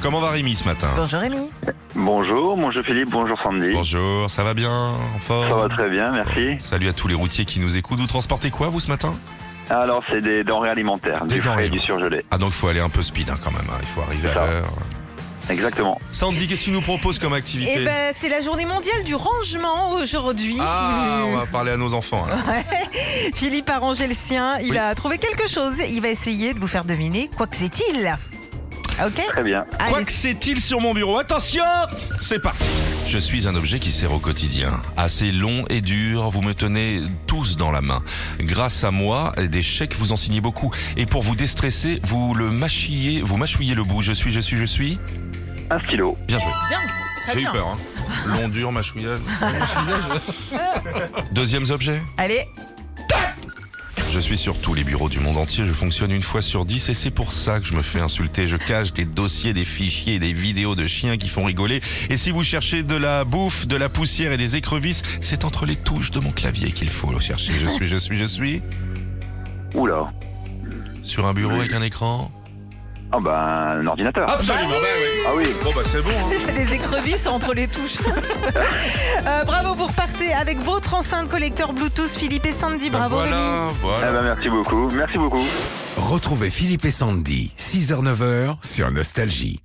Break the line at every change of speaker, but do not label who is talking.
Comment va Rémi ce matin
Bonjour Rémi.
Bonjour, bonjour Philippe, bonjour Sandy.
Bonjour, ça va bien en forme
Ça va très bien, merci.
Salut à tous les routiers qui nous écoutent. Vous transportez quoi vous ce matin
Alors, c'est des denrées alimentaires,
Des
du frais
denrées.
et du surgelé.
Ah donc il faut aller un peu speed hein, quand même, hein. il faut arriver à
C'est ça.
l'heure.
Exactement.
Sandy, qu'est-ce que tu nous proposes comme activité
Eh ben, c'est la journée mondiale du rangement aujourd'hui.
Ah, on va parler à nos enfants. hein. alors.
Philippe a rangé le sien, il
Oui.
a trouvé quelque chose. Il va essayer de vous faire deviner quoi que c'est-il. Ok
Très bien.
Allez,
Quoi que c'est-il sur mon bureau Attention C'est parti Je suis un objet qui sert au quotidien. Assez long et dur, vous me tenez tous dans la main. Grâce à moi, des chèques vous en signez beaucoup. Et pour vous déstresser, vous le mâchillez, vous mâchouillez le bout. Je suis, je suis, je suis.
Un stylo.
Bien joué.
bien, très
J'ai eu
bien.
peur. Hein. Long, dur, mâchouillage. Deuxième objet
Allez,
Je suis sur tous les bureaux du monde entier, je fonctionne une fois sur dix et c'est pour ça que je me fais insulter. Je cache des dossiers, des fichiers, des vidéos de chiens qui font rigoler. Et si vous cherchez de la bouffe, de la poussière et des écrevisses, c'est entre les touches de mon clavier qu'il faut le chercher. Je suis, je suis, je suis
Oula.
sur un bureau avec un écran.
Ah ben, un ordinateur.
Absolument, bah oui.
Ah oui.
Bon bah c'est bon.
des écrevisses entre les touches. Euh, bravo, vous repartez avec votre enceinte collecteur Bluetooth, Philippe et Sandy. Bravo Rémi.
Ben voilà,
Eh
voilà.
ben, merci beaucoup. Merci beaucoup.
Retrouvez Philippe et Sandy, 6h-9h sur Nostalgie.